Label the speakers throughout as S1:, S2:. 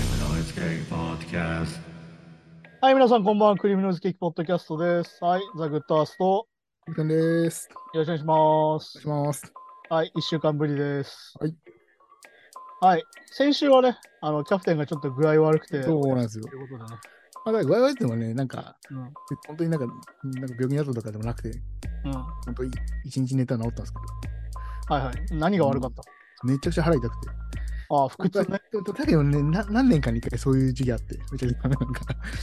S1: Cake Podcast.
S2: はい、皆さん、こんばんは。クリームノイズケーキポッドキャストです。はい、ザ・グッドアースト、
S3: ゆうくんです。
S2: よろしくお願いし
S3: お
S2: ます。
S3: 願いします。
S2: はい、1週間ぶりです。
S3: はい。
S2: はい、先週はね、あの、キャプテンがちょっと具合悪くて、
S3: そうなんですよ
S2: と。いうことでね。
S3: まあ、だから、ワイワイってのはね、なんか、
S2: うん。
S3: 本当になんか、なんか病気などとかでもなくて、
S2: うん。
S3: 本当に一日寝たら治ったんですけ
S2: はいはい。何が悪かった、
S3: ど、めちゃくちゃ腹痛くて。
S2: ああ、腹痛ね。
S3: でもだけどねな、何年かに一回そういう時期あって、めちゃくちゃなんか、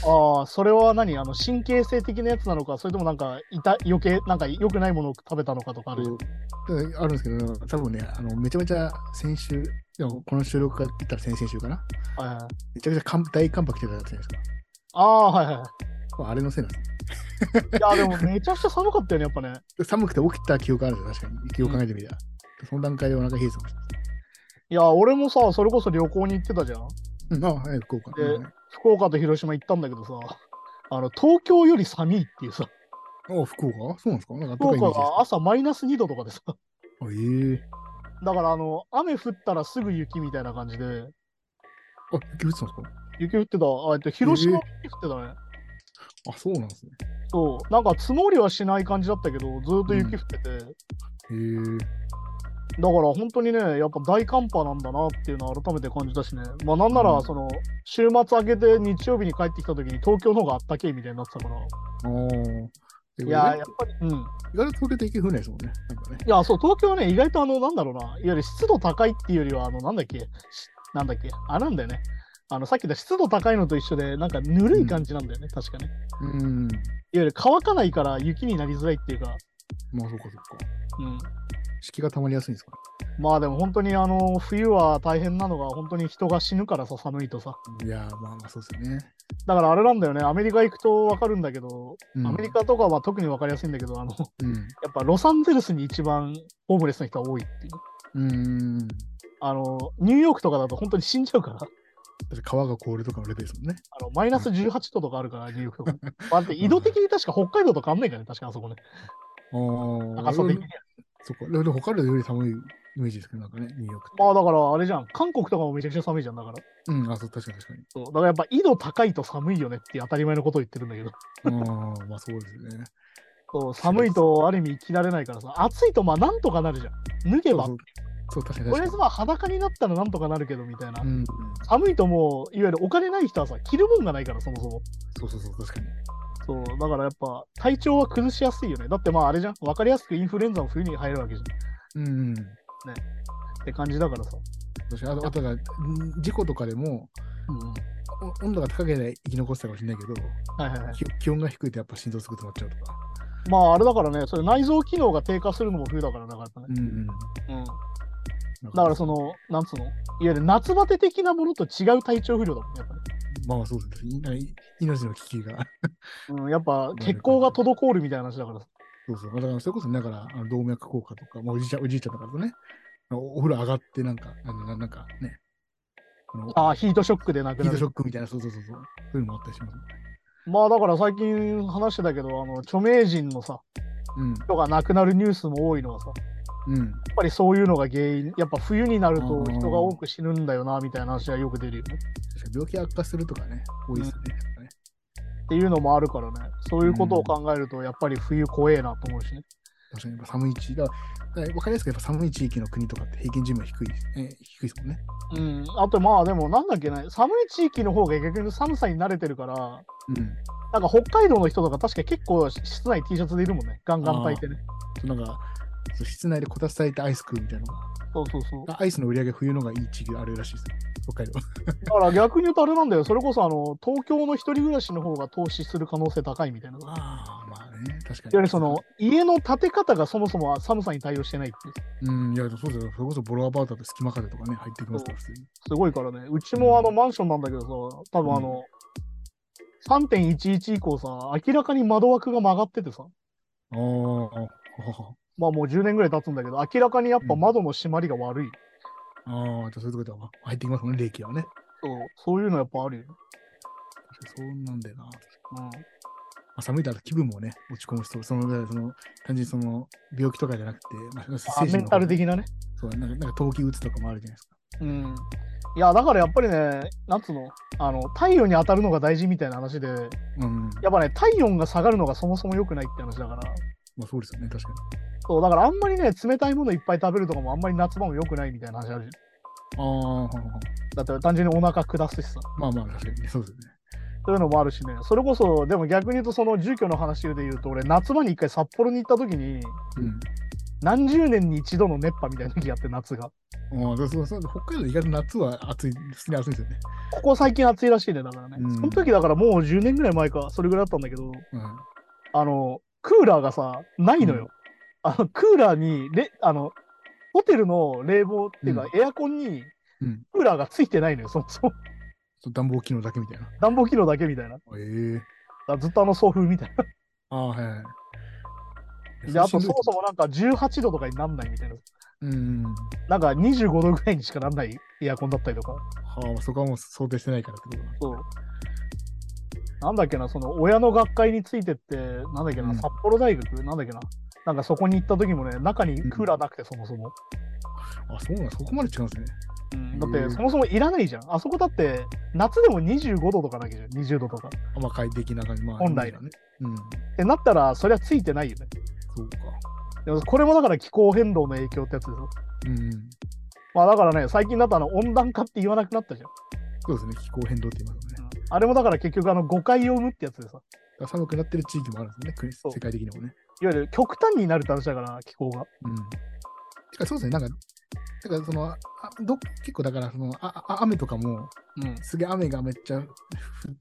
S2: ああ、それは何あの、神経性的なやつなのか、それともなんか、いた余計、なんか良くないものを食べたのかとかあるじゃん。
S3: あるんですけど、多分ね、あのめちゃめちゃ先週、でもこの収録がいったら先々週かな、
S2: はいはい。
S3: めちゃくちゃ寒大寒波来てたじゃないですか。
S2: ああ、はいはいは
S3: まあ、あれのせいなんです
S2: い。いや、でもめちゃくちゃ寒かったよね、やっぱね。
S3: よ寒くて起きた記憶あるんですよ、確かに。記憶考えてみたら。その段階でお腹冷えてました。
S2: いや、俺もさ、それこそ旅行に行ってたじゃん。
S3: うん、あ、早く行こうか。
S2: で
S3: うん
S2: 福岡と広島行ったんだけどさ、あの東京より寒いっていうさ、
S3: あ、福岡そうなんですかなんか
S2: 福
S3: 暖かいイメ
S2: 岡
S3: ージです
S2: が朝マイナス2度とかでさ、
S3: あえ
S2: だからあの雨降ったらすぐ雪みたいな感じで、
S3: えあ、雪降ってたんですか
S2: 雪降ってた、あえっと広島も雪降ってたね。
S3: あ、そうなんですね。
S2: そう、なんか積もりはしない感じだったけど、ずーっと雪降ってて、だか
S3: へえ
S2: ら本当にね、やっぱ大寒波なんだなっていうのを改めて感じたしね、まあなんな
S3: う
S2: ら、
S3: ん
S2: その、週末明けて日曜日に帰ってきた時に東京の方があったけえみたいになってたから、
S3: ああ。
S2: いやー、やっ
S3: 意
S2: ぱり、うん。
S3: 外と東京って雪降んないですもんね。なんかね。
S2: いや、そう、東京はね、意外とあの、なんだろうな、いわゆる湿度高いっていうよりは、あの、なんだっけ、しなんだっけ、あれなんだよね。あの、さっき言った湿度高いのと一緒で、なんかぬるい感じなんだよね、確かね。いわ
S3: うん。
S2: ゆる乾かないから雪になりづらいっていうか、
S3: まあ、そうかそうか。
S2: うん。
S3: 湿気が溜まりやすいんですか、
S2: まあでも本当にあの、冬は大変なのが、本当に人が死ぬからさ、寒いとさ。
S3: いやー、まあまあ、そうですよね。
S2: だからあれなんだよね、アメリカ行くとわかるんだけど、
S3: うん
S2: アメリカとかは特にわかりやすいんだけど、あの、
S3: うん。
S2: やっぱロサンゼルスに一番ホームレスの人が多いっていう。
S3: うん。
S2: あの、ニューヨークとかだと本当に死んじゃうから。
S3: だって川が凍るとかのレベルですもんね。
S2: あのマイナス18度とかあるから、ニューヨークとか。 まあ、だって緯度的に確か北海道と変わんないからね、確かあそこね。
S3: あ
S2: 高さ的に。
S3: そっか。でも他のより寒いイメージですけど、なんかね、ニューヨークって。
S2: まあだからあれじゃん、韓国とかもめちゃくちゃ寒いじゃん、だから。
S3: うん、あ、そう、確かに確かに。
S2: そうだからやっぱ緯度高いと寒いよねっていう当たり前のことを言ってるんだけど、
S3: ああ、まあそうですよね。
S2: そう寒いとある意味生きられないからさ、暑いとまあなんとかなるじゃん。脱げば、
S3: そう
S2: と
S3: そう、そう確かに
S2: りあえ
S3: 確
S2: ず
S3: か
S2: まあ裸になったらなんとかなるけどみたいな。
S3: に。うん。
S2: 寒いともう、いわゆるお金ない人はさ、着るもんがないから、そもそも。
S3: そうそうそう、確かに。
S2: そう、だからやっぱ体調は崩しやすいよね。だってまああれじゃん、わかりやすくインフルエンザも冬に入るわけじゃ
S3: うん。
S2: んって感じだからさ。
S3: 確かにあとあとがん事故とかでも
S2: うんうん。
S3: お温度が高ければ生き残ってたかもしれないけど
S2: はいはいはい。
S3: 気気温が低いとやっぱ心臓すぐ止まっちゃうとか、
S2: まああれだからね、それ内臓機能が低下するのも冬だからなかったね
S3: う。んうん、だ
S2: うん。だからその、なんつうの、いわゆる夏バテ的なものと違う体調不良だもんね、やっぱね。
S3: まあそうですねなんかい命の危機が
S2: うん、やっぱ血行が滞るみたいな話だからさ。
S3: そうそうだからそれこそだからあの動脈硬化とか、まあ、おじいちゃんおじいちゃんとかだとねおお風呂上がってなんかあのななんかねあの
S2: ああ、ヒートショックでなく
S3: ヒー
S2: な
S3: トショ
S2: る。
S3: ックみたいなそうそうそうそうそういうのもあったりします
S2: まあだから最近話してたけど、あの、著名人のさ、
S3: うん
S2: 人が亡くなるニュースも多いのはさ、や
S3: うん
S2: っぱりそういうのが原因、やっぱ冬になると
S3: あー
S2: 人が多く死ぬんだよな、みたいな話はよく出るよね。
S3: 確かに病気悪化するとかね多いですよね,、ね
S2: っていうのもあるからね、そういうことを考えると、やっぱり冬怖えなと思うしね。
S3: 確かにやっぱ寒い地域だからだから分かりやすくやっぱ寒い地域の国とかって平均寿命低い,、ね、低いですもんね
S2: うん、あとまあでもなんだっけね寒い地域の方が逆に寒さに慣れてるから
S3: うん
S2: なんか北海道の人とか確か結構室内 T シャツでいるもんねガンガン炊いてね
S3: そうなんか、そう室内でこたつ炊いてアイス食うみたいなの
S2: そうそうそう
S3: が、アイスの売り上げ冬のがいい地域があるらしいですよ。北海道。
S2: だから逆に言うとあれなんだよそれこそあの東京の一人暮らしの方が投資する可能性高いみたいなの
S3: ああ、まあね、確かに。
S2: いわゆるその、家の建て方がそもそも寒さに対応してないっていう
S3: うん、いや、そうだよ。それこそボロアパートで隙間風とかね、入ってきますから、普通に。
S2: すごいからねうちもあのマンションなんだけどさ多分あの、3.11以降さ明らかに窓枠が曲がっててさ
S3: あー
S2: まあもう10年ぐらい経つんだけど明らかにやっぱ窓の閉まりが悪い、
S3: あー、あーじゃあそういうとこでは入ってきますもんね、冷気はね。
S2: そうそういうのやっぱあるよね。
S3: そうなんだよな。ま
S2: うん、
S3: あ、寒いとあと気分もね、落ち込むし、その、だからその、単純にその、病気とかじゃなくて、まあ、精神
S2: あメン
S3: の
S2: タ
S3: 方
S2: ル
S3: で
S2: 的なね。
S3: そう、なんか、なんか、冬季うつとかもあるじゃないですか。
S2: うん。いや、だからやっぱりね、なんつうの、あの、太陽に当たるのが大事みたいな話で、
S3: うん。
S2: やっぱね、体温が下がるのがそもそも良くないって話だから、
S3: まあそうですよね、確かに。
S2: そう、だからあんまりね、冷たいものいっぱい食べるとかもあんまり夏場も良くないみたいな話あるじ
S3: ああ、はんはんはん
S2: ゃん。だって単純にお腹下すしさ。
S3: まあまあ確かに、そうですよね。
S2: そういうのもあるしね、それこそ、でも逆に言うと、その住居の話で言うと、俺、夏場に一回札幌に行った時に、何十年に一度の熱波みたいな時があって、夏が。
S3: うん。ああ、そうそうそう。北海道意外と夏は暑い、普通に暑いですよね。
S2: ここ最近暑いらしいね、だからね。
S3: うん
S2: その時だからもう10年ぐらい前か、それぐらいだったんだけど、
S3: うん。
S2: あの、クーラーがさ、ないのよ。
S3: う
S2: あの、クーラーに、れあの、ホテルの冷房っていうか、エアコンに
S3: うん、
S2: クーラーがついてないのよ、そもそ も。
S3: そう暖房機能だけみたいな。
S2: 暖房機能だけみたいな。だか
S3: ええ
S2: らずっとあの送風みたい
S3: ああ、はいはい。
S2: な。で、あとそもそ
S3: も。
S2: もなんか18度とかになんないみたいな。
S3: うん。は
S2: なんか25度ぐらいにしかなんないエアコンだったりとか。
S3: あ、そこはもう想定してないからってことだ。
S2: そう。なんだっけな、その親の学会についてって、なんだっけな、
S3: うん
S2: 札幌大学なんだっけな。なんかそこに行った時もね、中にクーラーなくてそもそも。
S3: あ、そうなんそこまで違うんです
S2: う
S3: ね。
S2: んだって
S3: へえ
S2: そもそもいらないじゃん。あそこだって夏でも25度とかだけじゃん、20度とか。っ
S3: あまあ快適な感じ。まあ、
S2: 本来の
S3: ね。うん。
S2: てなったら、そりゃついてないよね。
S3: そうか。
S2: でもこれもだから気候変動の影響ってやつですよ。
S3: うん。
S2: まあだからね、最近だとあの温暖化って言わなくなったじゃん。
S3: そうですね。気候変動って言いますよね。
S2: う
S3: だか
S2: んあれもだから結局あの誤解を生むってやつでさ、
S3: ら寒くなってる地域もあるんですね。国
S2: そう
S3: 世界的にもね。
S2: いわゆる極端になるって話だから、気候が。
S3: うん。てか、そうですね。なんか、だからその、あど結構だからそのああ、雨とかも、
S2: うん。
S3: すげえ雨がめっちゃ降っ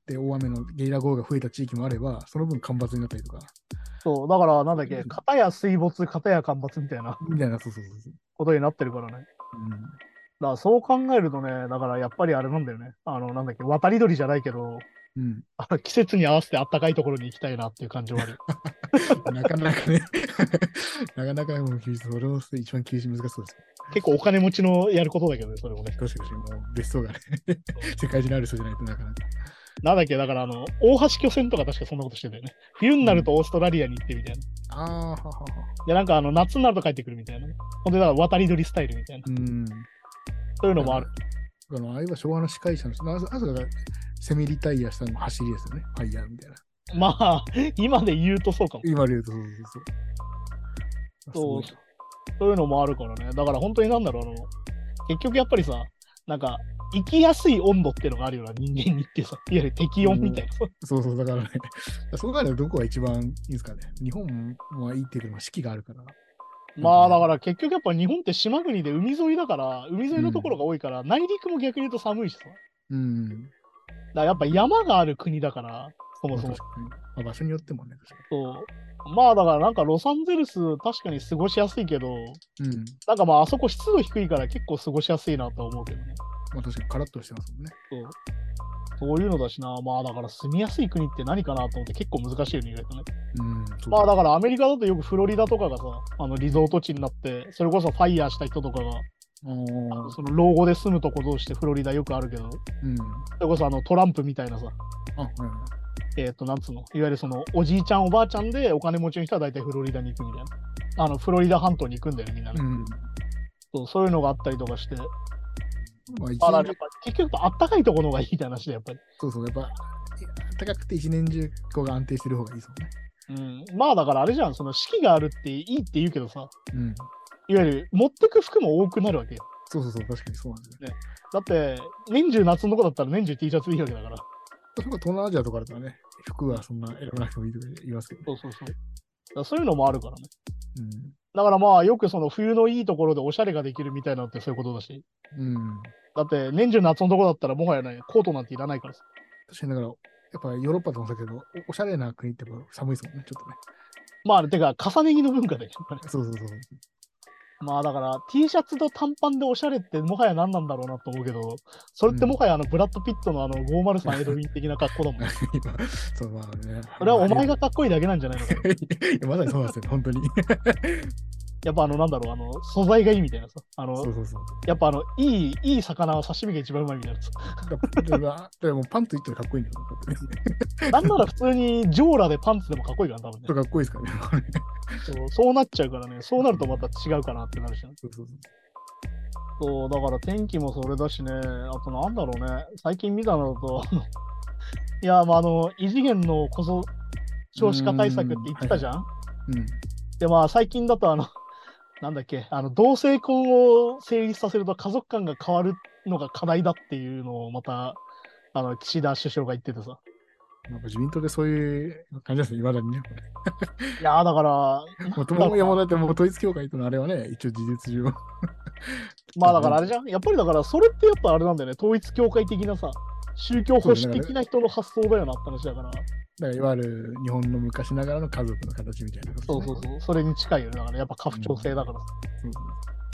S3: て大雨のゲリラ豪雨が増えた地域もあれば、その分干ばつになったりとか、
S2: そう、だからなんだっけ
S3: う、ん
S2: 片や水没、片や干ばつみたいな
S3: みたいな、そうそうそうそう。
S2: ことになってるからね。
S3: うん
S2: だからそう考えるとね、だからやっぱりあれなんだよね。あの、なんだっけ、渡り鳥じゃないけど、
S3: うん、
S2: あの季節に合わせてあったかいところに行きたいなっていう感じはあ る。
S3: なかなかね、 なかなかもう厳しい、それも一番厳しい難しそうです。
S2: 結構お金持ちのやることだけどね、それもね。
S3: 確かに、もう別荘がね、世界中にある人じゃないとなかなか。
S2: なんだっけ、だからあの、大橋巨船とか確かそんなことしてたよね。冬になるとオーストラリアに行ってみたいな。
S3: ああ、ははは。
S2: で、なんかあの、夏になると帰ってくるみたいな。ほんで、だから渡り鳥スタイルみたいな。
S3: うん。
S2: そういうのもある。
S3: あの、あれは昭和の司会者の人、ああとだから、セミリタイヤしたのも走りですよね、ファイヤーみたいな。
S2: まあ、今で言うとそうかも。
S3: 今で言うと、そうそうそう。
S2: そうそういうのもあるからね。だから本当になんだろう、あの、結局やっぱりさ、なんか、生きやすい温度っていうのがあるような人間にってさ、 いわゆる適温みたいな。
S3: そうそう、だからね、 そう考えるとどこが一番いいんですかね。日本はいいっていうか、まあ四季があるから。
S2: まあだから結局やっぱ日本って島国で海沿いだから、海沿いのところが多いから、内陸も逆に言うと寒いしさ。
S3: うん。
S2: だからやっぱ山がある国だから、そもそも
S3: まあ。確かにまあ場所によってもね、確か
S2: そうまあだからなんかロサンゼルス確かに過ごしやすいけど、
S3: に。うん。
S2: なんかまああそこ湿度低いから結構過ごしやすいなとは思うけどね。
S3: まあ確かにカラッとしてますもんね。
S2: そうそういうのだしな、まあだから住みやすい国って何かなと思って結構難しいよね、意外とね。
S3: うん。そう
S2: まあだからアメリカだとよくフロリダとかがさ、あのリゾート地になって、それこそファイヤーした人とかが、
S3: あー
S2: その老後で住むとことしてフロリダよくあるけど、
S3: うん。
S2: それこそあのトランプみたいなさ、
S3: あ、はいはい。
S2: えっ、と、なんつうの、いわゆるそのおじいちゃん、おばあちゃんでお金持ちの人は大体フロリダに行くみたいな。あの、フロリダ半島に行くんだよね、みんなね。
S3: うん。
S2: そうそういうのがあったりとかして、
S3: まあ一
S2: あだから
S3: 年
S2: や
S3: 中
S2: っぱ結局あったかいところの方がいいって話で、やっぱり。
S3: そうそう、やっぱ、高くて一年中こうが安定してる方がいいそうね。
S2: うん、まあだからあれじゃん、その四季があるっていいって言うけどさ、
S3: うん。
S2: いわゆる持ってく服も多くなるわけよ。
S3: そうそうそう、確かにそうなんですよ。
S2: だって、年中夏の子だったら年中 T シャツでいいわけだから。
S3: 例えば東南アジアとかだったらね、服はそんな選ばなくてもいいとか言いますけど。
S2: そうそうそう。だからそういうのもあるからね。
S3: う
S2: だからまあよくその冬のいいところでおしゃれができるみたいなのってそういうことだし。
S3: ん。うん。
S2: だって年中夏のとこだったらもはやね、コートなんていらないからさ。
S3: 確かにだから、やっぱヨーロッパとかもそうだけど、おおしゃれな国ってやっぱ寒いですもんね、ちょっとね。
S2: まあ、てか、重ね着の文化で、やっぱり。
S3: そうそうそう。
S2: まあ、だから、T シャツと短パンでおしゃれって、もはや何なんだろうなと思うけど、それってもはやあの、ブラッド・ピットのあの、503エドウィン的な格好だもん。
S3: 今、そう、まあね。
S2: それはお 前がかっこいいだけなんじゃないのか。
S3: いや。まさにそうなんですよ、本 当に。
S2: やっぱあの、なんだろう、あの、素材がいいみたいなさ。あ
S3: そ
S2: の
S3: う、そうそう。
S2: やっぱあの、いい、いい魚は刺身が一番うまいみたいなさ。
S3: だから、だからだからもうパンツいったらかっこいいんだよ。だってね
S2: なんなら普通にジョーラでパンツでもかっこいいから、多分ね
S3: そうかっこいいですからね。
S2: そう。そうなっちゃうからね、そうなるとまた違うかなってなるしね、
S3: そうそうそう。
S2: そう、だから天気もそれだしね、あとなんだろうね、最近見たのだと、 あのいや、まあ、あの、異次元のこそ少子化対策って言ってたじゃん。
S3: うん。
S2: で、まあ、最近だと、あの、 なんだっけ、あの、同性婚を成立させると家族観が変わるのが課題だっていうのをまた、あの、岸田首相が言っててさ。
S3: なんか自民党でそういう 感じなんですね、いまだにね。
S2: いやー、だから、
S3: もともと山田ってもう統一教会とのあれはね、一応事実上。
S2: まあだからあれじゃん。やっぱりだから、それってやっぱあれなんだよね。統一教会的なさ、宗教保守的な人の発想だよなって話だから。
S3: だからいわゆる日本の昔ながらの家族の形みたいな
S2: そう
S3: ことね、
S2: そうそう。それに近いよね。だからやっぱ家父長制だからさ。
S3: そうそう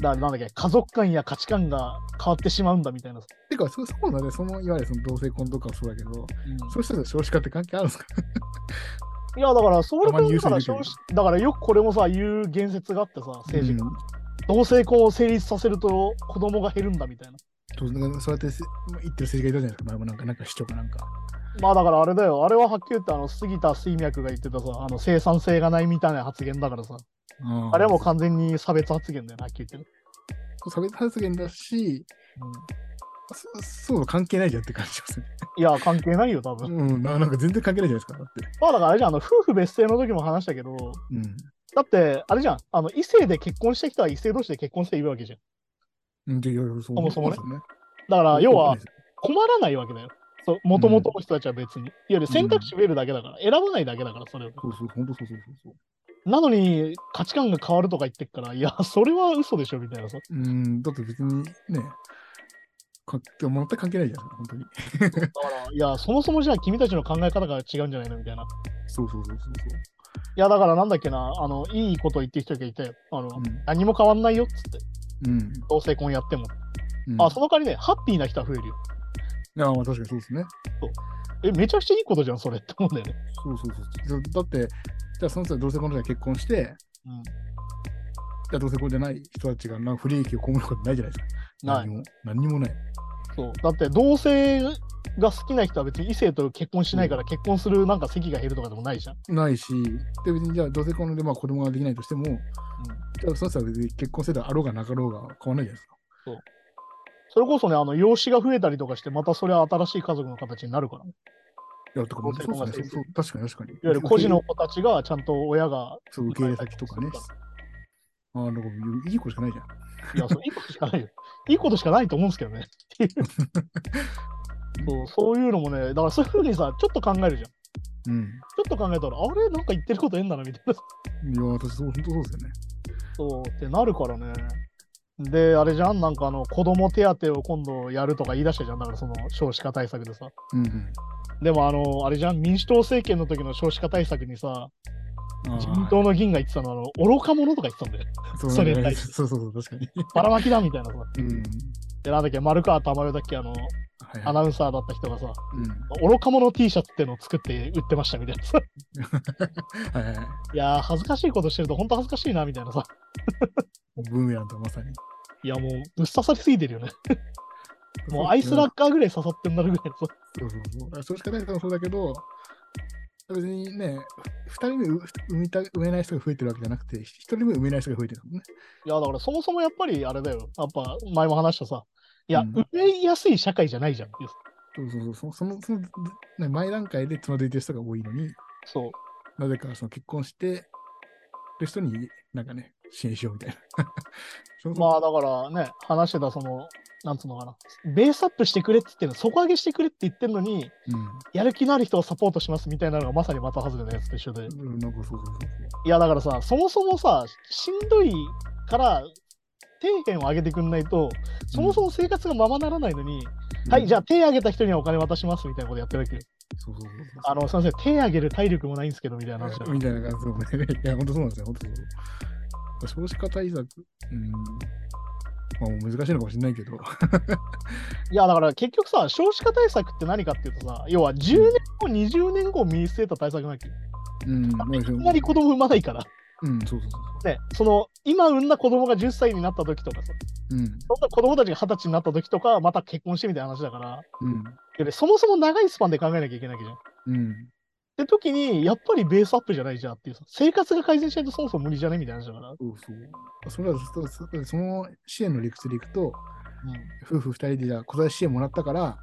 S2: だからなんだっけ、家族観や価値観が変わってしまうんだみたいなさ。
S3: てか、そうそうだね、そのいわゆるその同性婚とかもそうだけど、そうしたら少子化って関係あるんですか
S2: いやだから、それ
S3: たまに
S2: も
S3: 優
S2: だか
S3: 先
S2: ら
S3: できる
S2: 少子だからよくこれもさ、言う言説があってさ、政治が。
S3: うん
S2: 同性婚を成立させると子供が減るんだみたいな。
S3: そうなんかそうやってせ言ってる政治家いたじゃないですか、前もなんか、なんか市長かなんか。
S2: まあだからあれだよ。あれははっきり言って、あの、杉田水脈が言ってたさ、あの、生産性がないみたいな発言だからさ。
S3: あ
S2: あれはもう完全に差別発言だよな、はっきり言ってね。
S3: う差別発言だし、そそう関係ないじゃんって感じですね。
S2: いや、関係ないよ、多分。
S3: うん、ななんか全然関係ないじゃないですか、だって。
S2: まあだからあれじゃん、あの夫婦別姓の時も話したけど、
S3: うん。
S2: だって、あれじゃん、あの異性で結婚してきたら異性同士で結婚しているわけじゃん。
S3: うん、でいやいやそう
S2: そもそもね
S3: そうですよ
S2: だから、
S3: ね
S2: 要は、困らないわけだよ。もともとの人たちは別に。いわゆる選択肢増えるだけだから、選ばないだけだから、それを。
S3: そうそう、本当そうそうそうそう。
S2: なのに、価値観が変わるとか言ってっから、いや、それは嘘でしょ、みたいなさ。
S3: うん、だって別にね、か全く関係ないじゃん、本当に。
S2: だから、いや、そもそもじゃあ君たちの考え方が違うんじゃないのみたいな。
S3: そうそうそうそうそ
S2: いや、だからなんだっけな、あの、いいこと言ってる人がいたよ。あの、
S3: う。
S2: 何も変わんないよ、っつって。
S3: うん。
S2: 同性婚やっても。
S3: うん、
S2: あ、その代わりね、ハッピーな人は増えるよ。
S3: いや、まあ確かにそうですね。
S2: え、めちゃくちゃいいことじゃん、それって思うんだよね。
S3: そうそうそう。だだって、じゃあその人は同性婚者が結婚して、
S2: うん。
S3: じゃあ同性婚じゃない人たちがなんか不利益を被ることないじゃないですか。
S2: ない
S3: 何も何にもない。
S2: そう。だって、同性が好きな人は別に異性と結婚しないから、結婚するなんか席が減るとかでもないじゃん。
S3: ないし、で別にじゃあ同性婚でまあ子供ができないとしても、じゃあその人は別に結婚せたあろうがなかろうが変わらないじゃないですか。
S2: それこそね、あの、養子が増えたりとかして、またそれは新しい家族の形にな るから。い
S3: いや、とか
S2: 同性婚
S3: そ
S2: が
S3: うですね。
S2: 成立
S3: そうそう確かに確かに。い
S2: わゆる孤児の子たちがちゃんと親が、
S3: そう受け入れ先とかね。ああ、なんかいい子しかないじゃん。
S2: いや、 そう、いいことしかないよ。いいことしかないと思うんですけど ね。っていうそうそういうのもね、だからそういうふうにさ、ちょっと考えるじゃん。ち
S3: うん。
S2: ょっと考えたら、あれなんか言ってること変だな、みたいな。
S3: いや、私、そう、本当そうですよね。
S2: そうってなるからね。で、あれじゃん、なんかあの子供手当を今度やるとか言い出したじゃん、だからその少子化対策でさ。
S3: うん
S2: でもあの、あれじゃん、民主党政権の時の少子化対策にさ、
S3: うん。
S2: 自民党の議員が言ってたのは、あの愚か者とか言ってたんだよ。
S3: そう
S2: それに
S3: ね
S2: 対して
S3: そうそうそう、確かに。
S2: ばらまきだみたいなさ。
S3: うん。
S2: で、なんだっけ、丸川珠代だっけ、あの、
S3: はい、
S2: ア
S3: はい。
S2: ナウンサーだった人がさ、
S3: うん。
S2: 愚か者 T シャツってのを作って売ってましたみたいなさ。
S3: はいはいはい。
S2: いやー、恥ずかしいことしてると本当恥ずかしいな、みたいなさ。
S3: ブーメランとまさに。
S2: いや、もうぶっ刺さりすぎてるよね。もうアイスラッカーぐらい刺さってんなるぐらいのさ。
S3: そうそうそう。だから少子化対策もそうだけど、別にね、2人目う産みた産めない人が増えてるわけじゃなくて、1人目産めない人が増えてるもんね。
S2: いや、だからそもそもやっぱりあれだよ。やっぱ前も話したさ。いや、
S3: うん
S2: 埋めやすい社会じゃないじゃん。
S3: そうそうそう。その、その、ね、前段階でつまずいてる人が多いのに、
S2: そう。
S3: なぜかその結婚してる人になんかね、支援しようみたいな。 そうそう
S2: まあだからね、話してたその、なんつうのかな。ベースアップしてくれって言ってるの、底上げしてくれって言ってるのに、やる気のある人をサポートしますみたいなのがまさにまた外れのやつと一緒で。
S3: うん。なんかそうそうそう
S2: いや、だからさ、そもそもさ、しんどいから、底辺を上げてくんないと、そもそも生活がままならないのに、
S3: そう。
S2: はい、じゃ
S3: あ。
S2: あ手上げた人にはお金渡しますみたいなことやってるわけよ。
S3: そうそうそうそう。
S2: あの、すいません、手上げる体力もないんですけどみたいな話だから
S3: みたいな感じです よね。いや、本当そうなんですよ。本当そう。少子化対策、うん。まあ、もう難しいのかもしれないけど。
S2: いやだから結局さ少子化対策って何かっていうとさ要は10年後20年後を見据えた対策なきゃい
S3: うん。まあ、い
S2: きなり子供産まないから
S3: うん、そうそうそうそ
S2: ねその今産んだ子供が10歳になった時とかさ
S3: う。う
S2: そ
S3: ん。
S2: んな子供たちが20歳になった時とかまた結婚してみたいな話だから
S3: うん。
S2: いやでそもそも長いスパンで考えなきゃいけないわけじゃん。っ
S3: う
S2: て
S3: ん。
S2: 時にやっぱりベースアップじゃないじゃんっていうさ生活が改善しないとそもそも無理じゃねみたいな話だから
S3: そうそう。それはそそそその支援の理屈でいくと、夫婦2人でじゃあ子育て支援もらったから、ま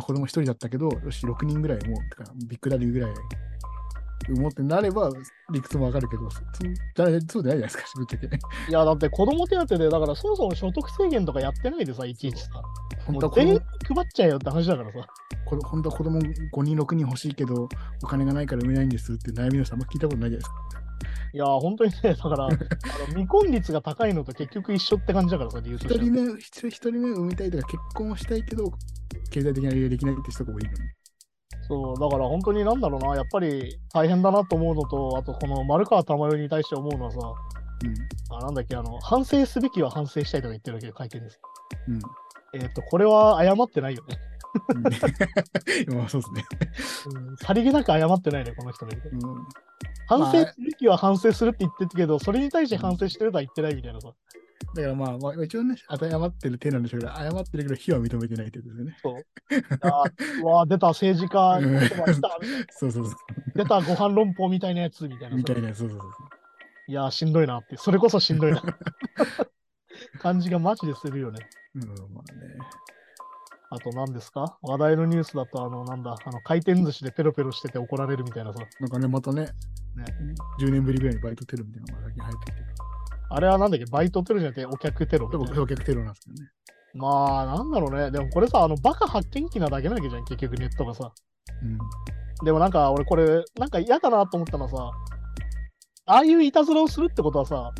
S3: あ、子供1人だったけどよし6人ぐらいもうてかビッグダディぐらい産もうってなれば理屈もわかるけどそそうそうじゃないじゃないですかぶっちゃけ
S2: いや、だって子供手当で、だからそもそも所得制限とかやってないでさ、いちいちさ。
S3: 本
S2: も
S3: 当
S2: う
S3: は子
S2: 全員
S3: 供
S2: 配っちゃえよって話だからさ。
S3: この本当は子供5人6人欲しいけどお金がないから産めないんですって悩みの人あんま聞いたことないじゃないですか
S2: いや、本当にね、だ から、あの未婚率が高いのと結局一緒って感じだからさ、理由とし
S3: 一
S2: ては
S3: 人。目、一人一人目を産みたいとか、結婚をしたいけど、経済的な理由でできないって人が多いのに。
S2: そう、だから本当になんだろうな、やっぱり大変だなと思うのと、あとこの丸川珠代に対して思うのはさ、あなんだっけ、あの、反省すべきは反省したいとか言ってるわけど、会見です。
S3: うん。うん。
S2: えっ、と、これは謝ってないよね。
S3: うん まあ、そうですね。
S2: うんさりげなく謝ってないね、この人ね。
S3: うん
S2: 反
S3: ま
S2: 省
S3: あ
S2: すべきは反省するって言ってたけど、それに対して反省してるとは言ってないみたいな さ。
S3: だからまあ、まあ、一応ね、あた謝ってる手なんでしょうけど、謝ってるけど、非は認めてないってことですよね。
S2: あーうわー出た政治家、
S3: うん
S2: 出た来た
S3: そうそうそ。
S2: 出たご飯論法みたいなやつみたいうな
S3: み
S2: さ
S3: たいな、そうそうそう。
S2: いやー、しんどいなって、それこそしんどいな。感じがマジでするよね。
S3: うん、まあね。
S2: あと何ですか話題のニュースだと、あの、なんだ、あの回転寿司でペロペロしてて怒られるみたいなさ。
S3: なんかね、またね、10年ぶりぐらいにバイトテロみたいなのが最近入ってきてる。
S2: あれはなんだっけバイトテロじゃなくてお客テロみ
S3: で
S2: たい
S3: も、
S2: な。
S3: 顧客テロなんですけどね。
S2: まあ、なんだろうね。でもこれさ、あの、バカ発見機なだけなわけじゃん、結局ネットがさ。
S3: うん。
S2: でもなんか、俺これ、なんか嫌だなと思ったのはさ、ああいういたずらをするってことはさ、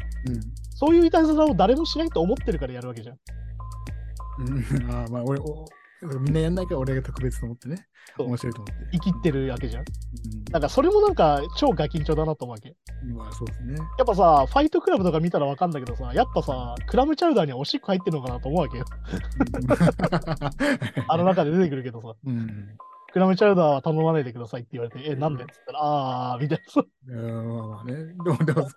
S2: そういういたずらを誰もしないと思ってるからやるわけじゃん。
S3: うん。 うん、ああ、まあ、俺、おみんなやんないから俺が特別と思ってね。
S2: そう
S3: 面白いと思って。
S2: 生きてるわけじゃん。
S3: うん
S2: なんか、それもなんか、超ガキンチョだなと思うわけ。
S3: まあそう ですね。
S2: やっぱさ、ファイトクラブとか見たらわかんだけどさ、やっぱさ、クラムチャウダーにはおしっこ入ってるのかなと思うわけよ。あの中で出てくるけどさ、
S3: うん。
S2: クラムチャウダーは頼まないでくださいって言われて、え、なんでっつったら、あー、みたいなさ。
S3: いやまあまあね。でも、でも、そう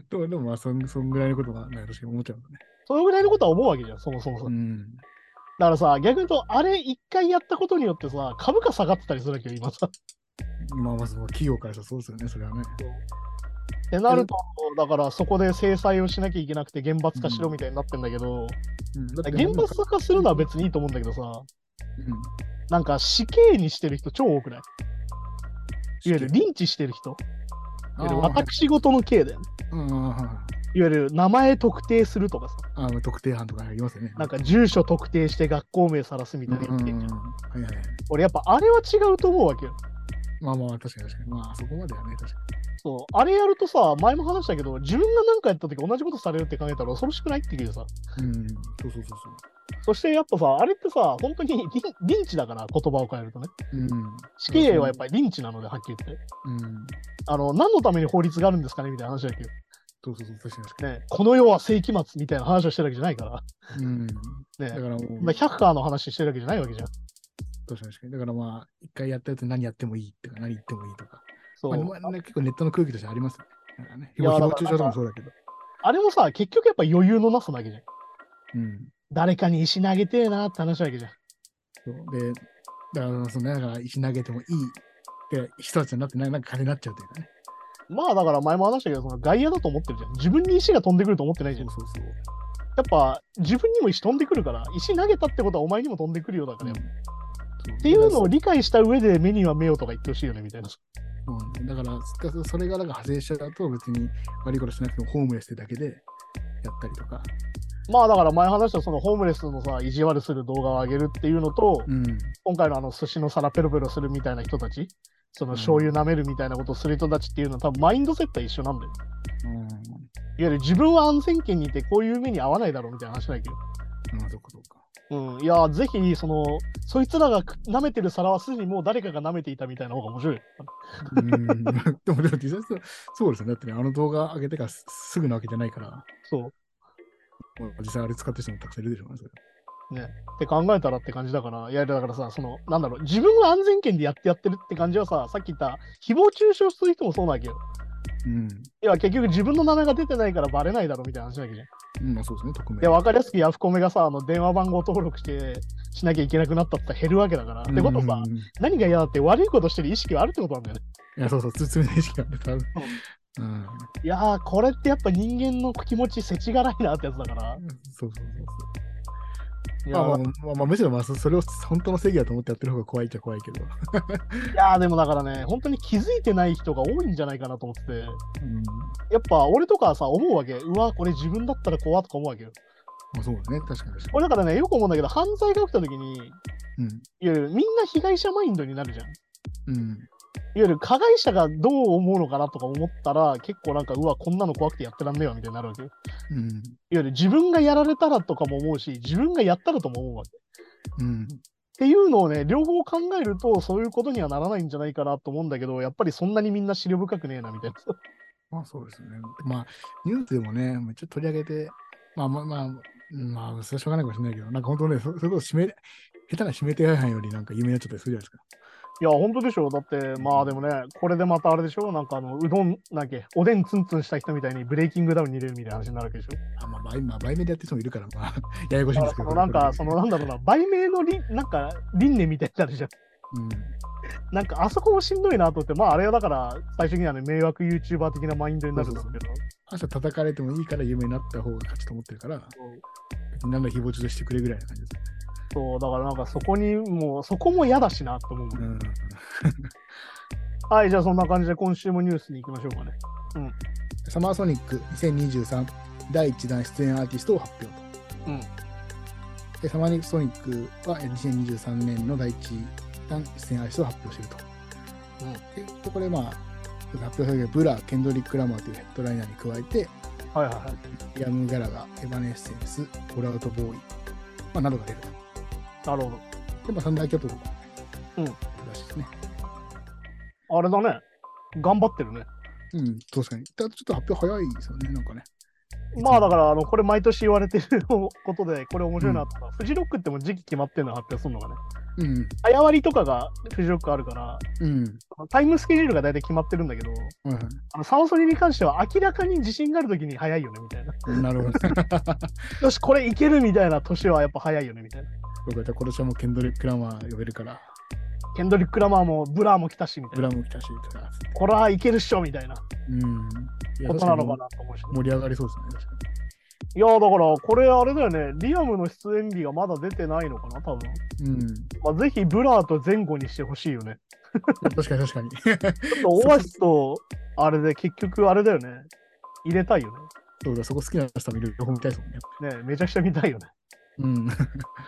S3: でも、でもまあそん、そんぐらいのことが、なんか確かに思っちゃうんだね。
S2: そのぐらいのことは思うわけじゃん、そもそもさ。
S3: うん。
S2: だからさ、逆に言うと、あれ一回やったことによってさ、株価下がってたりするわけよ、今さ。
S3: まあまあ、その企業からしたらそうですよね、それはね。
S2: ってなると、だからそこで制裁をしなきゃいけなくて、厳罰化しろみたいになってんだけど、
S3: うん、だって
S2: 厳罰化するのは別にいいと思うんだけどさ、
S3: うん。
S2: なんか死刑にしてる人超多くないいわゆるリンチしてる人。いわゆる
S3: あ
S2: 私事の刑だよね。
S3: あ、うんうんうんうん
S2: いわゆる名前特定するとかさ、
S3: ああ、特定班とかありますよね。
S2: なんか住所特定して学校名さらすみ
S3: う
S2: た
S3: ん
S2: いなや
S3: うんう
S2: つ
S3: ん
S2: やん
S3: う
S2: じゃ
S3: ん。
S2: ん。
S3: はいはいはい。
S2: 俺やっぱあれは違うと思うわけよ。
S3: まあまあ、確かに確かに。まあ、そこまではね、確か
S2: そう。あれやるとさ、前も話したけど、自分が何かやった時同じことされるって考えたら恐ろしくないっていうさ。
S3: に。うん。そうそうそうそ
S2: そしてやっぱさ、あれってさ、本当に リンリンチだから、言葉を変えるとね。
S3: う。うん。
S2: 死刑はやっぱりリンチなので、はっきり言って。
S3: うん。
S2: あの、何のために法律があるんですかねみたいな話だけど、
S3: そうそうそう、確かに確か
S2: ね、この世は世紀末みたいな話をしてるわけじゃないか
S3: に。うん。だ
S2: ら。
S3: から
S2: ね、
S3: も
S2: こ
S3: う。
S2: んな百科の話してるわけじゃないわけじゃん。
S3: 確かに確かに。だからまあ、一回やったやつ何やってもいいとか、何言ってもいいとか。
S2: そう。
S3: まあでもね、結構ネットの空気としてありますよね。なんかね、
S2: い
S3: 誹
S2: や
S3: 謗
S2: だ
S3: 誹
S2: から
S3: 謗中傷とかもそうだけど。
S2: あれもさ、結局やっぱ余裕のなさなわけじゃん。
S3: うん。
S2: 誰かに石投げてえなって話なわけじゃん。
S3: そうで、だからその、だから石投げてもいいって人たちになってない、なんか金になっちゃうというかね。
S2: まあだから前も話したけど、その外野だと思ってるじゃん。自分に石が飛んでくると思ってないじ
S3: そ
S2: ゃん。
S3: う
S2: や
S3: そうそう。
S2: っぱ自分にも石飛んでくるから、石投げたってことはお前にも飛んでくるようだから、
S3: う
S2: っ
S3: んそう
S2: ていうのを理解した上で目には目をとか言ってほしいよねみたいな。
S3: うんだから、そだからそれがなんか派生しちゃうと別に悪いことしなくてもホームレスでだけでやったりとか。
S2: まあだから前話したそのホームレスのさ、意地悪する動画を上げるっていうのと、
S3: うん。
S2: 今回のあの寿司の皿ペロペロするみたいな人たち、その醤油舐めるみたいなことする人たちっていうのは多分マインドセットは一緒なんだよ。
S3: う
S2: い
S3: ん。
S2: わゆる自分は安全圏にいてこういう目に遭わないだろうみたいな話だけど。
S3: まあ、そっかそっか。
S2: うん、いや、ぜひ、その、そいつらがく舐めてる皿はすでにもう誰かが舐めていたみたいな方が面白い。
S3: うんでも、でも実際そうそうですよね。だってね、あの動画上げてからすすぐなわけじゃないから、
S2: そう。
S3: もう実際あれ使ってる人もたくさんいるでしょうね。それ
S2: って考えたらって感じだから、いや、だからさ、その、なんだろう、自分は安全圏でやってやってるって感じはさ、さっき言った、誹謗中傷する人もそうなわけよ。
S3: うん
S2: いや、結局自分の名前が出てないからバレないだろうみたいな話だけじゃん。
S3: うん。まあそうですね、匿名。
S2: で、わかりやすくヤフコメがさ、あの、電話番号登録して、しなきゃいけなくなったって減るわけだから。ってことさ
S3: う、んい
S2: 何が嫌だって悪いことしてる意識はあるってことなんだよね。
S3: や、そうそう、つつめの意識があって、多分。うん。
S2: いやー、これってやっぱ人間の気持ち、せちがらいなってやつだから。
S3: そうそうそう
S2: い
S3: ま
S2: や
S3: あまあまあまあ、むしろまあそそれを本当の正義だと思ってやってる方が怖いっちゃ怖いけど。
S2: いやーでもだからね、本当に気づいてない人が多いんじゃないかなと思ってて、
S3: うん
S2: やっぱ俺とかはさ、思うわけ。うわ、これ自分だったら怖っとか思うわけよ。
S3: まあ、そうだね、確かに確か
S2: 俺だからね、よく思うんだけど、犯罪が起きた時に、いわ
S3: に。
S2: ゆるみんな被害者マインドになるじゃん。い
S3: うん。う
S2: わ
S3: ん。
S2: ゆる加害者がどう思うのかなとか思ったら、結構なんか、うわ、こんなの怖くてやってらんねえわみたいになるわけよ。いわ
S3: うん。
S2: ゆる自分がやられたらとかも思うし、自分がやったらとも思うわけ。
S3: うん。
S2: っていうのをね、両方考えると、そういうことにはならないんじゃないかなと思うんだけど、やっぱりそんなにみんな資料深くねえなみたいな。
S3: まあそうですね。まあ、ニュースでもね、めっちゃ取り上げて、まあまあまあ、うんまあ、それはしょうがないかもしれないけど、なんか本当ね、そそれこそ指名、下手な指名手配犯よりなんか有名になっちゃったりするじゃないですか。
S2: いや、本当でしょ。だって、まあでもね、これでまたあれでしょ。なんかあの、うどん、なんだっけ、おでんツンツンした人みたいにブレイキングダウンに入れるみたいな話になるわけでしょ。
S3: あまあ、倍、まあ、倍目でやってる人もいるから、まあ、 ややこしい
S2: だから
S3: んです
S2: そ
S3: け
S2: の
S3: ど。
S2: なんか、そ
S3: これ
S2: の、なんだろうな、売名のり、なんか、輪廻みたいになるじゃん。なんか、あそこもしんどいなと思って、まああれはだから、最終的にはね、迷惑 YouTuber 的なマインドになるんですけど。
S3: うん。朝叩かれてもいいから有名になった方が勝ちと思ってるから、別に何ら誹謗中傷してくれぐらいな感じです。
S2: そう、だからなんかそこに、もう、そこも嫌だしなと思う。
S3: うん。
S2: はい、じゃあそんな感じで今週もニュースに行きましょうかね。
S3: サマーソニック2023第1弾出演アーティストを発表と。
S2: うん。
S3: でサマーソニックはえ2023年の第1弾出演アーティストを発表していると。
S2: うん
S3: でここでまあ、発表されたブラ、ケンドリック・ラマーというヘッドライナーに加えて、
S2: はいはいはい。
S3: ヤム・ギャラガ、エヴァネッセンス、オールアウト・ボーイ、まあ、などが出ると。
S2: なるほ
S3: で、まあ、三大巨頭が、ね、
S2: うん
S3: らしいですね。
S2: ど。あれだね。頑張ってるね。
S3: うん、確かに。ただちょっと発表早いですよね、なんかね。
S2: まあだから、あの、これ毎年言われてることで、これ面白いなとか、フジロックってもう時期決まってるの発表するのがね、
S3: うん、
S2: 早割りとかがフジロックあるから、
S3: うん、
S2: タイムスケジュールが大体決まってるんだけど、
S3: はいは
S2: あのサオソニに関しては明らかに自信があるときに早いよねみた いな。
S3: い。なるほど。そうか、
S2: よし、これいけるみたいな年はやっぱ早いよねみたいな。
S3: じゃあ今年はもうケンドリック・ラマー呼べるから、
S2: ケンドリック・ラマーもブラーも来たしみたい
S3: ブ
S2: な。
S3: ラも来たし、とか。
S2: これはいけるっしょみたいな
S3: うん。いや
S2: ことなのかなと思うし、
S3: 盛り上がりそうですね、確か
S2: いや、だからこれあれだよね、リアムの出演日がまだ出てないのかな、多分。
S3: に。うん。
S2: まあ、ぜひブラーと前後にしてほしいよね。
S3: 確かに確かに。
S2: ちょっとオアシスとあれで結局あれだよね。入れたいよ
S3: そうだ、そこ好きな人もいる両方見たいですもんね。
S2: ね。ねめちゃくちゃ見たいよね。
S3: うん。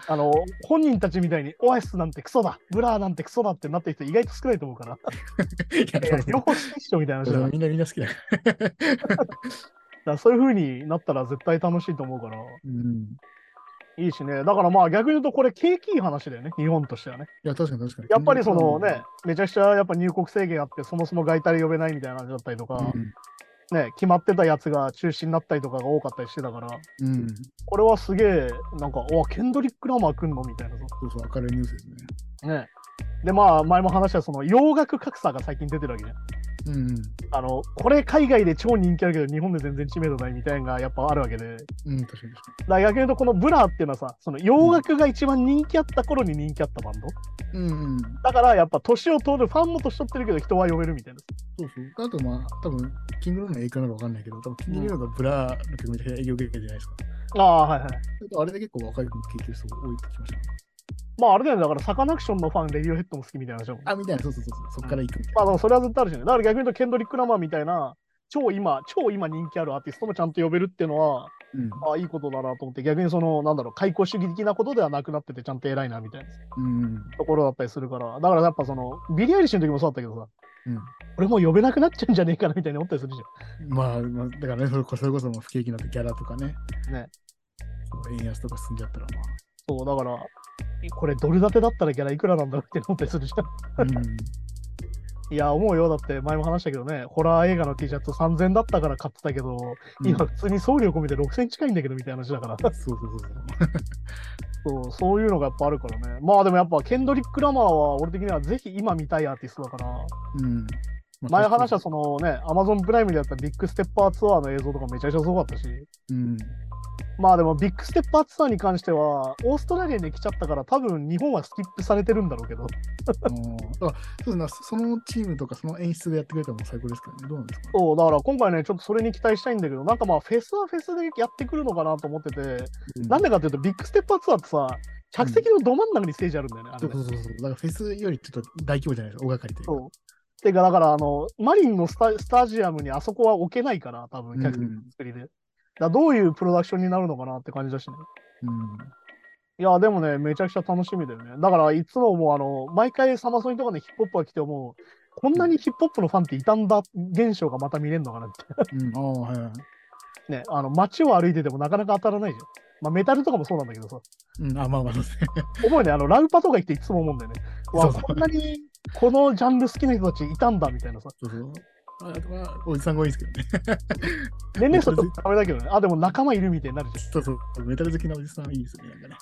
S2: あの、本人たちみたいにオアシスなんてクソだ、ブラーなんてクソだってなってる人意外と少ないと思う から。
S3: いや、
S2: いや両方好きっしょみたいな話
S3: そ
S2: だか
S3: うそう
S2: らだ
S3: みんなみんな好きだから。
S2: からそういう風になったら絶対楽しいと思うから、
S3: うん。
S2: いいしね。だからまあ逆に言うとこれ景気いい話だよね、日本としてはね。
S3: いや、確かに確かに。
S2: やっぱりそのね、めちゃくちゃやっぱ入国制限あってそもそも外体呼べないみたいな話だったりとか、ね、決まってたやつが中止になったりとかが多かったりしてたから、
S3: うん。うん。
S2: これはすげえ、なんか、おケンドリック・ラマー来んのみたいなさ。
S3: そうそう、明るいニュースですね。
S2: ね。で、まあ、前も話した、その洋楽格差が最近出てるわけね。
S3: うん。
S2: あの、これ海外で超人気あるけど、日本で全然知名度ないみたいなのがやっぱあるわけで。
S3: うん、確かに確か
S2: 大学のこのブラーっていうのはさ、その洋楽が一番人気あった頃に人気あったバンド。
S3: に。うん、うん。
S2: だから、やっぱ年を取る、ファンも年取ってるけど、人は呼べるみたいな。
S3: そうそう。あとまあ、多分キングルーの影響なのかわかんないけど、多分キングルーのがブラの曲みたいな影響受けてるじゃないです
S2: あ
S3: か。
S2: あ、はいはい。
S3: あとあれで結構若い子も聴いてる人が多いって聞きましたね。
S2: まあ、あれだよね、だから、サカナクションのファン、レディオヘッドも好きみたいな話だもん。
S3: あ、みたいな、そうそうそうそう、そっから行くみたい
S2: まあ、
S3: な。
S2: でもそれは絶対あるしね。だから逆に言うと、ケンドリック・ラマーみたいな、超今、超今人気あるアーティストもちゃんと呼べるっていうのは、あいいことだなと思って、逆にその、なんだろう、開口主義的なことではなくなってて、ちゃんと偉いなみたいな
S3: うん。うん。
S2: ところだったりするから、だからやっぱその、ビリー・アイリッシュの時もそうだったけどさ、
S3: うん
S2: 俺もう呼べなくなっちゃうんじゃねえかなみたいに思ったりするじ
S3: まあ、まあ、だからね、それこそれこそもう不景気になってギャラとかね。
S2: ね。
S3: そう円安とか進んじゃったら
S2: ゃん。そう、だから、これドル建てだったらギャラいくらなんだろうって思ったりするじゃ
S3: まあ。うん。
S2: ん。い や、思うよ。だって前も話したけどね、ホラー映画の T シャツ3000だったから買ってたけど、今
S3: うん
S2: 普通に送料込みで6000近いんだけどみたいな話だから。
S3: そうそうそうそう。
S2: そう、そういうのがやっぱあるからね。まあでもやっぱケンドリック・ラマーは俺的にはぜひ今見たいアーティストだから、
S3: うん。まあ
S2: 前話したそのね、アマゾンプライムでやったビッグステッパーツアーの映像とかめちゃくちゃすごかったし、
S3: うん。
S2: まあでもビッグステッパーツアーに関しては、オーストラリアに来ちゃったから、多分日本はスキップされてるんだろうけど、
S3: うんだからそうですねそのチームとかその演出でやってくれたらもう最高ですけどね、どうなんですか
S2: そうだから今回ね、ちょっとそれに期待したいんだけど、なんかまあフェスはフェスでやってくるのかなと思ってて、
S3: うん
S2: なんでかっていうと、ビッグステッパーツアーってさ、客席のど真ん中にステージあるんだよね、あ
S3: そ
S2: れ
S3: う
S2: ね
S3: そうそうそう。だからフェスよりちょっと大規模じゃないですか、大掛かりというか。
S2: そう。てか、だから、あの、マリンのスタスタジアムにあそこは置けないから、多分、客席の作りで。だからどういうプロダクションになるのかなって感じだしね。
S3: うん
S2: いや、でもね、めちゃくちゃ楽しみだよね。だから、いつももう、あの、毎回サマソニとかでヒップホップが来ても、こんなにヒップホップのファンっていたんだ現象がまた見れるのかなって。
S3: うん、ああ、はいはい。
S2: ね、あの、街を歩いててもなかなか当たらないじゃん。まあ、メタルとかもそうなんだけどさ。
S3: うん、あ、まあまあ、そうですね。
S2: 思うね、あの、ラウパとか行っていつも思うんだよね。
S3: そ
S2: わ、
S3: うそう
S2: こんなにこのジャンル好きな人たちいたんだみたいなさ。
S3: そうそう。あとは、おじさんが多いですけどね。
S2: 年齢層ちょっとダメだけどね。あ、でも仲間いるみたいになるじゃん。
S3: そうそう。メタル好きなおじさんいいですね。なんかね。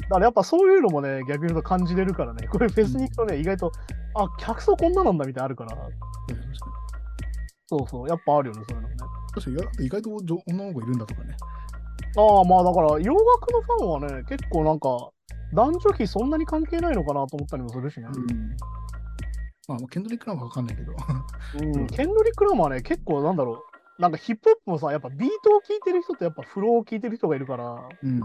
S2: だからやっぱそういうのもね、逆に言うと感じれるからね、これフェスに行くとね、意外と、あ、客層こんななんだみたいなのあるから、
S3: そうそうそう
S2: そうそう、やっぱあるよね、そういうのもね。
S3: 確かに、意外と女女の子いるんだとかね。
S2: ああ、まあだから洋楽のファンはね、結構なんか、男女比そんなに関係ないのかなと思ったりもするしね。
S3: うん。まあ、ケンドリック・ラマーはわかんないけど。
S2: うん、ケンドリック・ラマーはね、結構なんだろう、なんかヒップホップもさ、やっぱビートを聴いてる人とやっぱフローを聴いてる人がいるから、
S3: うん。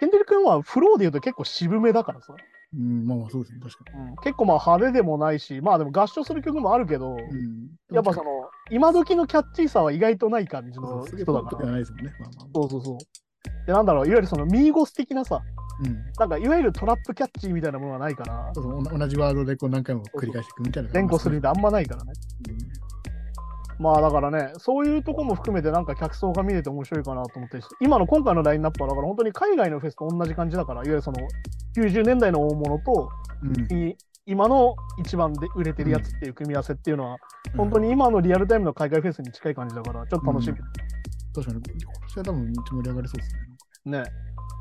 S2: ケンドリック・ラマーはフローで言うと結構渋めだからさ、
S3: うん、まあまあ、そうですね。確か
S2: うん、結構まあ派手でもないし、まあでも合唱する曲もあるけど、
S3: に。うん。
S2: やっぱそ
S3: そ
S2: の、今時のキャッチーさは意外とない感じの
S3: の、すげえ
S2: 人
S3: ポ
S2: だ
S3: ップ
S2: か
S3: では
S2: ら。
S3: ないですもんね。まあまあま
S2: そうそうそう。で、なんだろう、いわゆるそのミーゴス的なさ、
S3: あ。うん。
S2: なんかいわゆるトラップキャッチーみたいなものはないから、
S3: そうそうおな同じワードでこう何回も繰り返していくみたいな。
S2: 連呼するみたいなあんまないからね。まあだからね、そういうとこも含めてなんか客層が見れて面白いかなと思って、今の今回のラインナップはだから本当に海外のフェスと同じ感じだから、いわゆるその90年代の大物と、
S3: うん。うん
S2: い今の一番で売れてるやつっていう組み合わせっていうのは、本当
S3: に。
S2: に今のリアルタイムの海外フェスに近い感じだから、ちょっと楽しみ。
S3: 確かに、今年は多分めっちゃ盛り上がりそうですね。
S2: ね。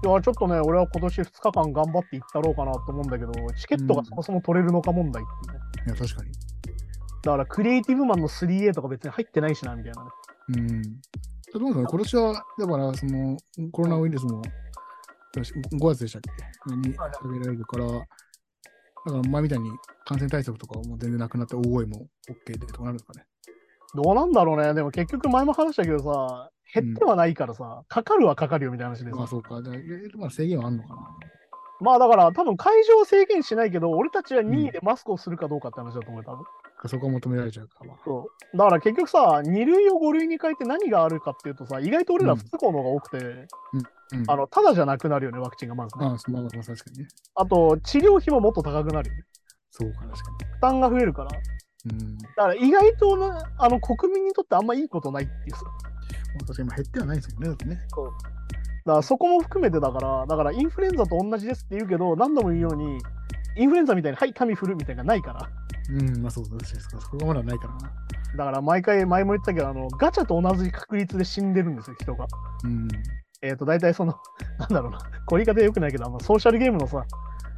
S2: いや、ちょっとね、俺は今年2日間頑張って行ったろうかなと思うんだけど、チケットがそもそも取れるのか問題っていうね。
S3: いや、確かに。
S2: だから、クリエイティブマンの 3A とか別に入ってないしな、みたいなね。
S3: うん。どうなんだろう今年は、だから、その、コロナウイルスも、5月でしたっけに
S2: はい
S3: 上げられるから、だから前みたいに感染対策とかはもう全然なくなって、大声も OK でとかなるのかね。
S2: どうなんだろうね。でも結局前も話したけどさ、減ってはないからさ、かかるはかかるよみたいな話で
S3: まあ
S2: さ。
S3: そうか。じゃあ、いろいろまあ制限はあんのかな。
S2: まあだから、多分会場は制限しないけど、俺たちは任
S3: うん
S2: 意でマスクをするかどうかって話だと思うよ、多分。
S3: そこは求められちゃうから。
S2: そう。だから結局さ、2類を5類に変えて何があるかっていうとさ、意外と俺ら不都合の方が多くて、
S3: うん。
S2: あの、ただじゃなくなるよね、ワクチンがまずね。
S3: まあ、そうまあまあ、確かにね。
S2: あと、治療費ももっと高くなるよね。
S3: そうか、確か
S2: 負担が増えるから。だ
S3: に。うん。ま
S2: から意外とな、あの、国民にとってあんまいいことないっていうさ。
S3: あ確かに今減ってはないですもんね。だってね。
S2: だからそこも含めてだから、だからインフルエンザと同じですって言うけど、何度も言うように、インフルエンザみたいに、はい、タミフルみたいなのがないから。
S3: うん、まあそうだ、確かにそうか。そこがまだないからな。
S2: だから毎回、前も言ったけど、あの、ガチャと同じ確率で死んでるんですよ、人が。
S3: うん。
S2: えっ、と、大体その、 なんだろうな、これ言い方よくないけど、あの、ソーシャルゲームのさ、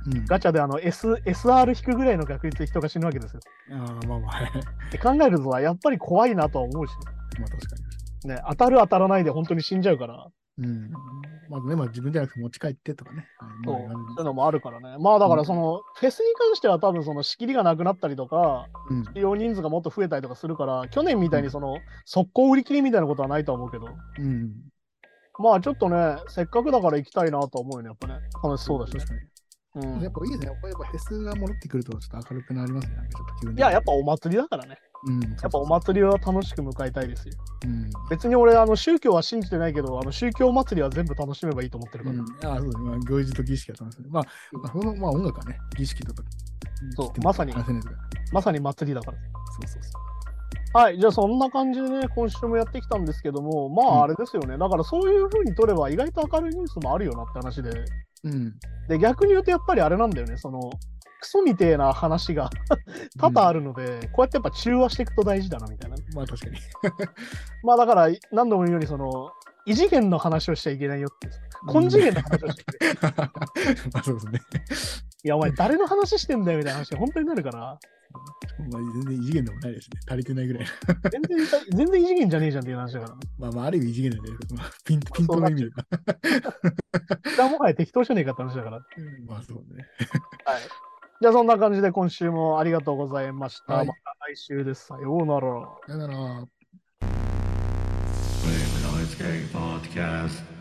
S3: うん。
S2: ガチャであの、S、SR 引くぐらいの確率で人が死ぬわけですよ。
S3: ああ、 まあまあ、はい。
S2: って考えるとさ、やっぱり怖いなとは思うしね。
S3: まあ確かに。
S2: ね、当たる当たらないで本当に死んじゃうから、
S3: うん。まあね、まあ自分じゃなくて持ち帰ってとかね。はい
S2: そう
S3: ま
S2: そ
S3: あ
S2: ういうのもあるからね。まあだからその、フェスに関しては多分その仕切りがなくなったりとか、
S3: うん。
S2: 利用人数がもっと増えたりとかするから、去年みたいにその、速攻売り切りみたいなことはないとは思うけど、
S3: うん。
S2: まあちょっとね、せっかくだから行きたいなとは思うよね、やっぱね。楽しそうだし、ね
S3: 確か
S2: うん
S3: に。やっ。ぱいいですね。やっぱやっぱフェスが戻ってくるとちょっと明るくなりますね。なんかちょっと気分
S2: いや、やっ
S3: ぱ、
S2: ぱお祭りだからね。
S3: うん。
S2: やっぱお祭りは楽しく迎えたいですよ。
S3: り。うん。
S2: 別に俺、あの宗教は信じてないけど、あの宗教祭りは全部楽しめばいいと思ってる
S3: う
S2: から。
S3: ん、ああそうですね、まあ、行事と儀式は楽しい。まあ、まあ、そのまあ音楽はね、儀式とか。
S2: そう
S3: 切っても
S2: まさに
S3: 話せないから
S2: まさに祭りだから。
S3: そうそうそ
S2: はい、じゃあそんな感じでね、今週もやってきたんですけども、ま
S3: うん
S2: ああれですよね、だからそういう風に取れば意外と明るいニュースもあるよなって話で、
S3: う。うん。
S2: で逆に言うとやっぱりあれなんだよね、そのクソみてえな話が 多々あるので、こうやってやっぱ中和していくと大事だなみたいな。
S3: まあ確かに。
S2: まあだから何度も言うように、その異次元の話をしちゃいけないよって、
S3: うん
S2: 根次元の話をしちゃいけない。
S3: まあそうですね。
S2: いや、お前、誰の話してんだよみたいな話、本当になるから、
S3: まあ、全然異次元でもないですね。足りてないぐらい。
S2: 全然、全然異次元じゃねえじゃんっていう話だから。
S3: まあまあ、ある意味異次元なんですけど、まあ、ピントピントの意味で。
S2: それはもはや適当じゃねえかって話だから。
S3: うんまあそうね。
S2: じゃあ、そんな感じで今週もありがとうございました。
S3: はい
S2: また来週です。さようなら。
S3: だから、
S1: Brave Noise Gang Podcast.